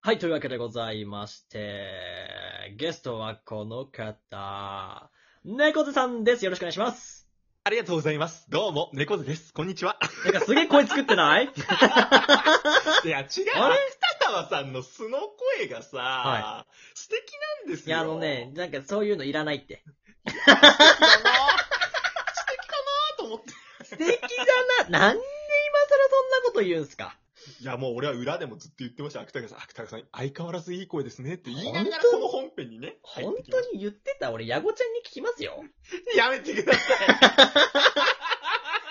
はい、というわけでございまして、ゲストはこの方、猫背さんです。よろしくお願いします。ありがとうございます。どうも、猫背です。こんにちは。なんかすげえ声作って ないいや、違あう。れ二川さんの素の声がさ、は素敵なんですいよ。や、あのね、なんかそういうのいらないって。素敵だな。素敵だなと思って。素敵だ な。なんで今更そんなこと言うんすかいや、もう俺は裏でもずっと言ってました。芥川さん、芥川さん、相変わらずいい声ですねって言いながら本当この本編にね。本入ってきま当しに言ってた俺、ヤゴちゃんに聞きますよ。たやめてくださ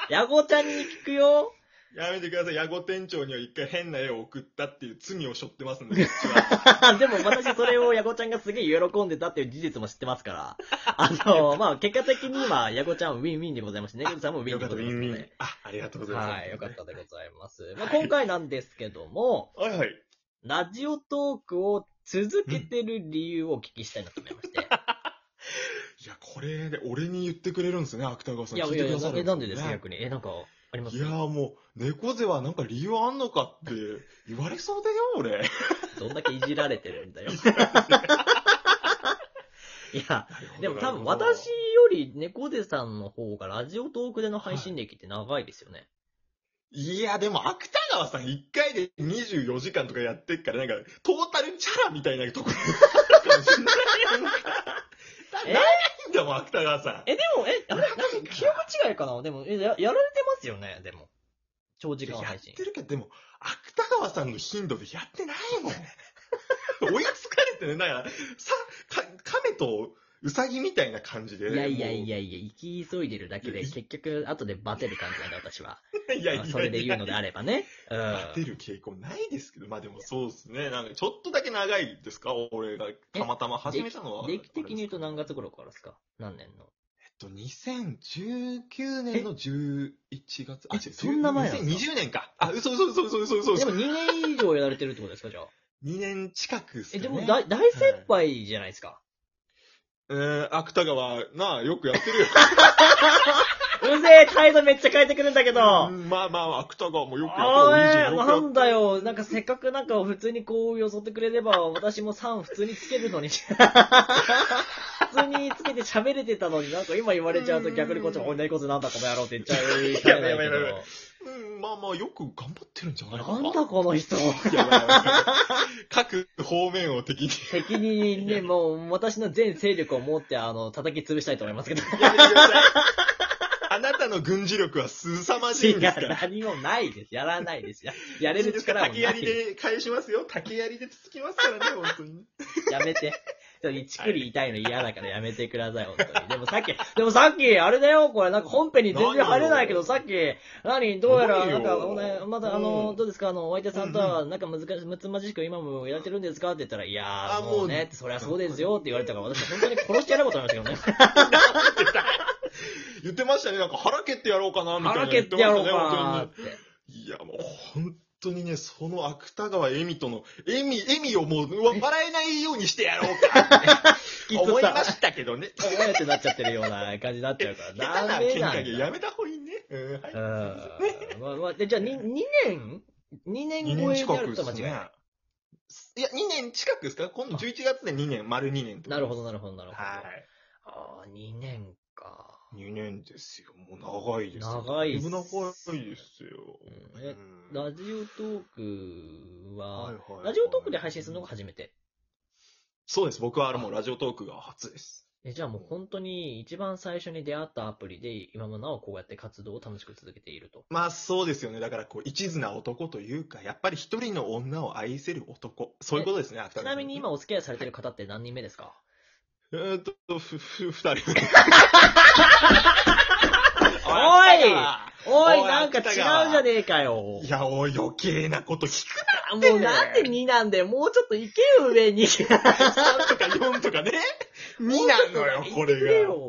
ヤゴちゃんに聞くよ。 い。やめてください。矢後店長には一回変な絵を送ったっていう罪を背負ってますん で、こっちは。でも私それをヤゴちゃんがすげえ喜んでたっていう事実も知ってますから。あの、まあ、結果的に今、ヤゴちゃんはウィンウィンでございまして、ネグさんもウィンよでかっごた、ウざいィますンウのィンで。。あ、ありがとうございます。はい、よかったでございます。まあ、今回なんですけども、た。はいはい。ラジオトークを続けてる理由をお聞きしたいなと思いまして。いや、これで俺に言ってくれるんですね、芥川さ ん。いや聞いいてやくいだやさな、るえ、なんでですかね逆に。え、なんか、ありますいやーもう、猫背はなんか理由あんのかって言われそうだよ、俺。どんだ けいじられてるんだよ。いや、でも多分私より猫背さんの方がラジオトークでの配信歴って長いですよね。いや、でも芥川さん1回で24時間とかやってっから、なんか、トータルチャラみたいなところあるかもしれないやんか。 えないんだもん、芥川さん。え、でも、え、あれなんか記憶違いかなでも、えや、やられてますよねでも。長時いや間や配っ信。てるけど、でも、芥川さんの頻度でやってないもん。 追いつかれてね、だから、さ、か、亀とウサギみたいな感じで。いやいやもうい。やいや、行き急いでるだけで、いやい結局、後でバテる感じなんだ、私は。いやいやいやまあそれで言うのであればね。うん。出る傾向ないですけど、まあでもそうですね。なんかちょっとだけ長いですか俺がたまたま始めたのは。歴的に言うとえっ何月頃からですか何年のと、2019年の11月。えあ、違うそんな前なんです ?2020 年か。あ、嘘嘘嘘嘘嘘嘘で嘘も。2年以上やられてるってことですかじゃあ。 2年近くですえ、かね。でも大、大先輩じゃないですか。えー、芥川、なあ、よくやってるよ。うぜえ、態度めっちゃ変えてくるんだけど。うんまあまあ、芥川もよくやってる。あーえよくやっなんだよ。なんかせっかくなんか普通にこうよそってくれれば、私も3普通につけるのに。普通につけて喋れてたのになんか今言われちゃうと逆にこっちも、おい、なこなんだこの野郎って言っちゃうしかないやばけいやばいやばど。うん、まあまあ、よく頑張ってるんじゃないかな。なんだこの人。いやいやいや各方面を敵に。責任ね、もう私の全勢力を持って、あの、叩き潰したいと思いますけど。 やめてください。あなたの軍事力は凄まじいんです から。何もないです。やらないです。ややれる力もない竹槍で返しますよ。竹槍で続きますからね、本当 に。やめて。ちょっと一くり痛いの嫌だからやめてください、本当に。でもさっき、でもさっき、あれだよ、これ、なんか本編に全然入れないけど、さっき、何、どうやら、何なよんか、おね、まだ、あうの、んどうですか、あの、お相手さんとうは、なんか難し、むつまじく今もやれてるんですかって言ったら、いやあー、もうねもう、ってそりゃそうですよって言われたから、私は本当に殺してやることになりましたけどね。言ってましたね。なんか腹蹴ってやろうかな、みたいな。腹蹴ってやろうか言ってまなーしって。たね。本当にいや、もう本当にね、その芥川恵美との、恵美、恵美をもう、うわ笑えないようにしてやろう か。きっとさ思いましたけどね。お前ってなっちゃってるような感じになっちゃうから。下手ダなメ喧なんだ嘩芸やめた方がいいね。うん、はい。うん。まあまあ、で、じゃあ、に、二年二年超2年えに近なくるですと間ね。違いいない。や、2年近くですか今度11月で2年、丸2年ってことですなるほど、なるほど、なるほど。はああ、2年か。い。2年ですよ。もう長いですよ。長いっっすす。長いですよ。うんえうんラジオトークは、はいはいはいラジオトークで配信するのが初めて。そうです。僕はあのもうラジオトークが初です。えじゃあもう本当に一番最初に出会ったアプリで今もなおこうやって活動を楽しく続けていると。まあそうですよね。だからこう、一途な男というか、やっぱり一人の女を愛せる男。そういうことですね、芥ち川さなんみに今お付き合いされてる方って何人目ですかえーっと、ふ、ふ、二人。 おい、おいなんか違うじゃねえかよい。や、おい、余計なこと聞くあもうなんで2なんだよ。もうちょっと行けよ、上に。な !3 とか4 とかね !2 なのよ、これが。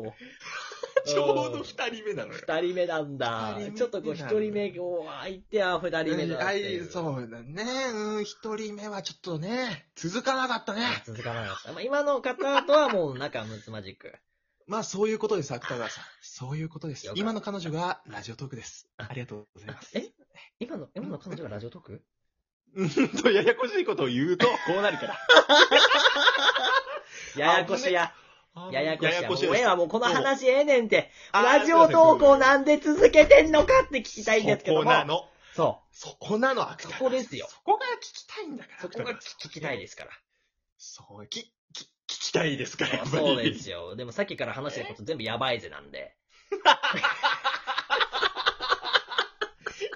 ちょうど二人目なのよ。 2人目なんだ二人目なん。だちょっとこう1人目を相手は2人目だなっていう。うんそうだね。うん、一人目はちょっとね、続かなかったね。続かなかった。まあ、今の方とはもう仲睦ま じく。まあ、そういうことです、芥川さん。そういうことですよ。かった今の彼女がラジオトークです。ありがとうございます。え今の、今の彼女がラジオトークうん と、ややこしいことを言うと、こうなるから。 ややこしや。ややこしや。もうええわ、もうこの話ええねんって。あーラジオ投稿なんで続けてんのかって聞きたいんですけそどこも。なの。そそこなの、う。そこですよ。そこが聞きたいんだから。そこが聞き聞きたいす。ですから。そう、き、き、聞きたいですから、やっぱり。そうですよ。でもさっきから話してること全部やばいぜなんで。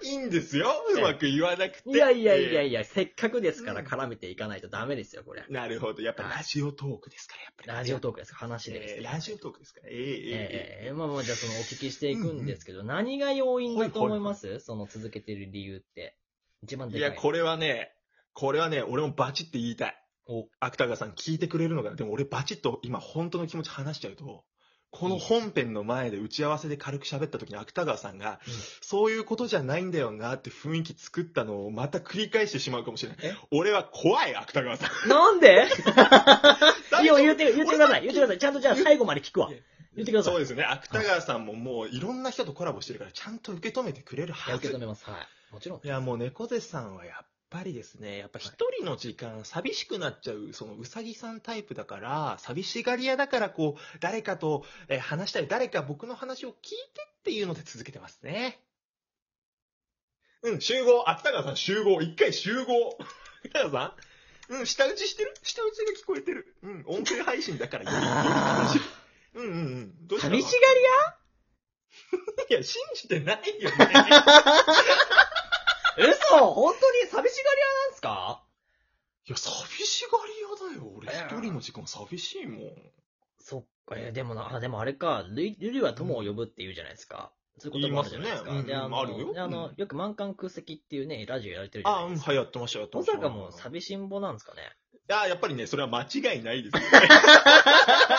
いいんですよ。うまく言わなくて。いやいやいやえいや、せっかくですからうん絡めていかないとダメですよ、これ。え。なるほど。やっぱラジオトークですから、やっぱり。ラジオートークです。話でですえね。えラジオトークですから。えええええええええまあまあ、じゃあそのお聞きしていくんですけど、何が要因だと思いますその続けてる理由って。一番えでいかい。や、これはね、これはね、俺もバチって言いたい。お芥川さん聞いてくれるのかなでも俺バチッと今本当の気持ち話しちゃうと、この本編の前で打ち合わせで軽く喋った時に芥川さんが、うんそういうことじゃないんだよなって雰囲気作ったのをまた繰り返してしまうかもしれなえい。俺は怖い、芥川さん。なんで いいよ、大丈言夫って、言ってください。言ってください。ちゃんとじゃあ最後まで聞くわ。い言ってくださいそうですね。芥川さんももういろんな人とコラボしてるからちゃんと受け止めてくれるや、はず。受け止めます。はい。もちろん。いや、もう猫背さんはやっぱりですね、やっぱ一人の時間、寂しくなっちゃう、そのうさぎさんタイプだから、寂しがり屋だから、こう、誰かと、えー話したり、誰か僕の話を聞いてっていうので続けてますね。うん、集合。芥川さん集合。一回集合。 芥川さんうん、下打ちしてる下打ちが聞こえてる。うん、音声配信だからより、より あー楽しいうんうんうん。どうしたの寂しがいや、信じてない よね。り屋嘘本当に寂しがり屋なんすかいや、寂しがり屋だよ。俺一人の時間寂しいもん。そっか、えーでもな、あでもあれか、ルイルリは友を呼ぶって言うじゃないですか。そういうこともあるじゃないですか。言いますねでうんああのるよであのうんよく満館空席っていうね、ラジオやれてるじゃなあ、いうでん、すか。はい、やってました、やってまました。さかもう寂しんぼなんですかね。あやっぱりね、それは間違いないですよね。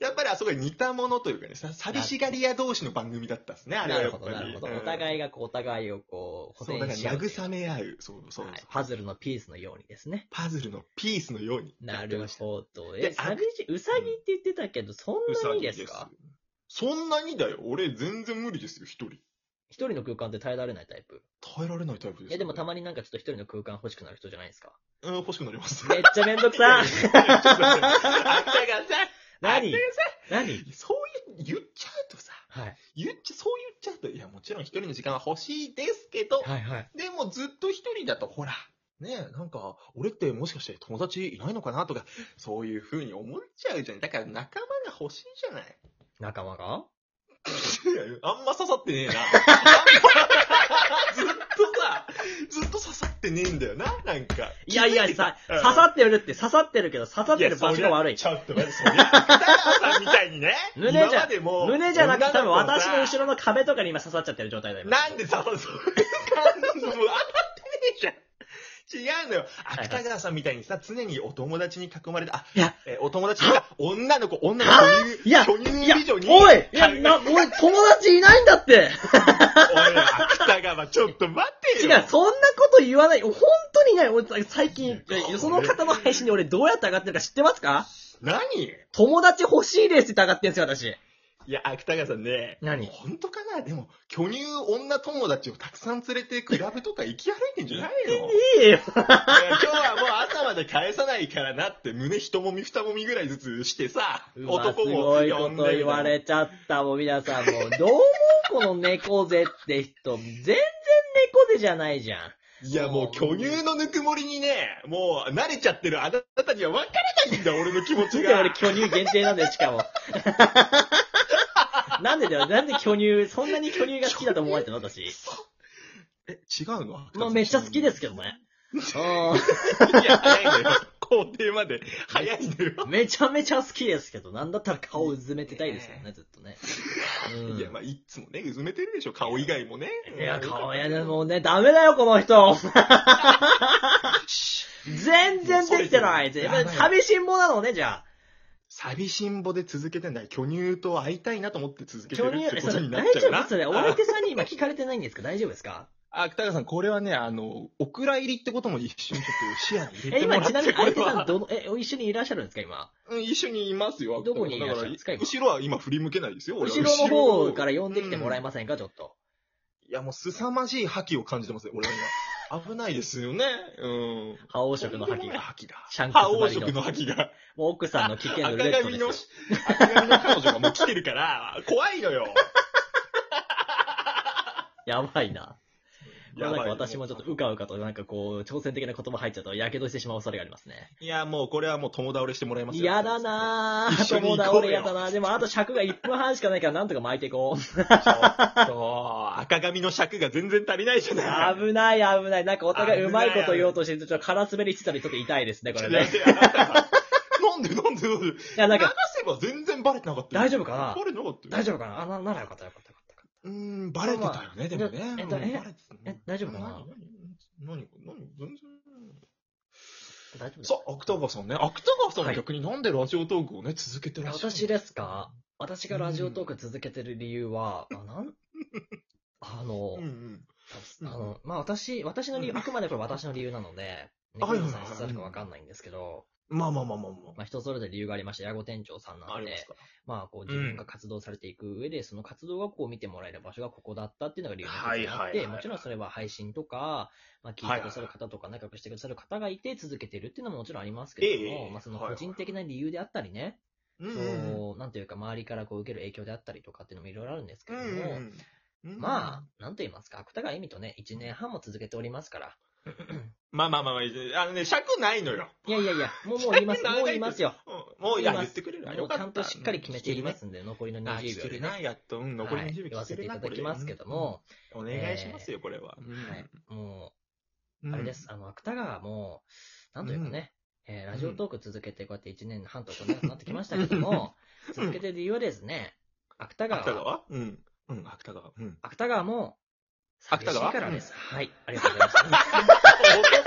やっぱりあそこに似たものというかね、さ寂しがり屋同士の番組だったんですね、あれはなやるっぱほり。ど、なるほど。うんお互いがこう、お互いをこう、補そう、填だからし合うという慰め合う。そうそうそう。はいパズルのピースのようにですね。パズルのピースのように。なるほど。でえ、あ寂しい、うさぎって言ってたけど、そんうさなにぎですかそんなにだよ。俺全然無理ですよ、一人。一人の空間って耐えられないタイプ。耐えられないタイプですよ。え、でもたまになんかちょっと一人の空間欲しくなる人じゃないですか。うん、欲しくなります。めっちゃめんどくさ ちょっと待ってあったがさ、 何何そういう、言っちゃうとさ、はい。言っちゃ、そう言っちゃうと、いや、もちろん一人の時間は欲しいですけど、はいはい。でもずっと一人だと、ほら、ねえ、なんか、俺ってもしかして友達いないのかなとか、そういう風に思っちゃうじゃん。だから仲間が欲しいじゃない。仲間があんま刺さってねえな。ずっとさ、ずっと刺さってねえんだよな、なんか。いやいや、さ、うん刺さってるって刺さってるけど、刺さってる場所が悪い。。ちょっと待って、そりゃ、北川さんみたいにね胸じゃ今までも胸じゃなくて多分女私子さの後ろの壁とかに今刺さっちゃってる状態だよ。今なんでさ、そうそういう感じもう当たってねえじゃん。違うのよ。いはい芥川さんみたいにさ、常にお友達に囲まれて、あ、いやえーお友達とか、女の子、女の子、巨乳いや巨いや乳以上、に。おいいや、はいな、おい、友達いないんだっておい、芥川、ちょっと待って違よ。う、そんなこと言わない。本当にいない。俺、最近いやこ、れその方の配信に俺どうやって上がってるか知ってますか何友達欲しいですって上がってんすよ、私。いや、芥川さんね。何本当かなでも、巨乳女友達をたくさん連れて、クラブとか行き歩いてんじゃないのいいよ。いや今日はもう朝まで返さないからなって胸一もみ二もみぐらいずつしてさ、うわ男すもごいこ呼んとで言われちゃった、もう皆さんも う。どう思うこの猫背って人。全然猫背じゃないじゃん。いやもう巨乳のぬくもりにね、もう慣れちゃってるあなたには分からないんだ俺の気持ちで、が。俺巨乳限定なんだよ、しかも。なんでだよ、なんで巨乳、そんなに巨乳が好きだと思われてるの私。 え、違うのまあめっちゃ好きですけどね。ういや、早いんだよ。工程まで早いんだよ。ん。めちゃめちゃ好きですけど、なんだったら顔うずめてたいですよね、ずっとね。うん。いや、まあいつもね、うずめてるでしょ、顔以外もね。いや、顔やでもうね、ダメだよ、この人。シュッ全然できてない。もうそ全れでやばい然寂しんぼなのね、じゃあ。寂しんぼで続けてない。巨乳と会いたいなと思って続けて巨るっ乳、てえこそとれにな大っちゃ丈うな。夫それ、お相手さんに今聞かれてないんですか大丈夫ですかあ、北川さん、これはね、あの、お蔵入りってことも一瞬ちょっと視野に入れえ、てもら今って。ちなみに相手さんこどの、え、一緒にいらっしゃるんですか、今。れはうん、一緒にいますよ。どこにいらっしゃるんですかだら後ろは今振り向けないですよ。俺は後ろの方から呼んできてもらえませんか、ちょっと。いや、もう凄まじい覇気を感じてますよ、俺は 危ないですよね。うん。覇王色の覇気とんでもないが。覇気だ。シャンクス覇王張りの色の覇気が。もう奥さんの危険の赤ルーレットで髪すよの、赤髪の彼女がもう来てるから、怖いのよ。やばいな。これなんか私もちょっとうか。かうかとなんかこう、挑戦的な言葉入っちゃうと、やけどしてしまう恐れがありますね。いや、もうこれはもう友倒れしてもらいますよ嫌だなぁ。一緒に友行こ倒うよれやだなぁ。でもあと尺が1分半しかないからなんとか巻いていこ う。そう。赤髪の尺が全然足りないじゃない。危ない危ない。なんかお互いうまいこと言おうとしてると、ちょっと空滑りしてたりちょっと痛いですね、こ れ いやね。いやあなたなんでなんでなんでいや、なん流か、せば全然バレてなかったよ大丈夫かなバレてなかったよ大丈夫かなあ、な、ならよかったよかったよかった。うーん、バレてたよね、でもね。えうんえバレてたねえ大丈夫かな何何何何全然。大丈夫さあ、芥川さんね。芥川さんははい逆になんでラジオトークをね、続けてらっしゃる私ですか私がラジオトーク続けてる理由は、あ、なん、 あのうん、うん。あの、まあ、私、私の理由、あくまでこれ私の理由なので、はいはいはい皆さんいつあるかわかんないんですけど、まあまあまあまあままあ、人それぞれ理由がありまして、矢後店長さんあ。なあんりま、ですか。まあ、こう、自分が活動されていく上で、その活動がこう見てもらえる場所がここだったっていうのが理由になってて、はいはいはいもちろんそれは配信とか、まあ、聞いてくださる方とか、仲良くしてくださる方がいて続けてるっていうのももちろんありますけれども、ええまあ、その個人的な理由であったりね、うんそうんの、なんていうか、周りからこう受ける影響であったりとかっていうのもいろいろあるんですけうれども、んうんうん。まあ、なんと言いますか、芥川恵美とね、1年半も続けておりますから。まあまあまあまあ、あのね、尺ないのよ。いやいやいや、もう もう言います、もう言いますよ。うんもう、いや、言ってくれるもな。うよかっちた。ゃんとしっかり決めていきますんで、残りのうん。あ、聞20け秒るで、ね。な、やっと。うん、残りはい20言秒わ聞けせてるいな、たこだれ。きますけども、うん。お願いしますよ、これは。はいもうう、んあれです、あの、芥川も、なんというかね、えーラジオトーク続けて、こうやって1年半とか長くなってきましたけども、うん続けてる理由はですね、芥川芥は、川うん。うん、芥川。うん。芥川も、芥川寂しいからです。はい、ありがとうございました。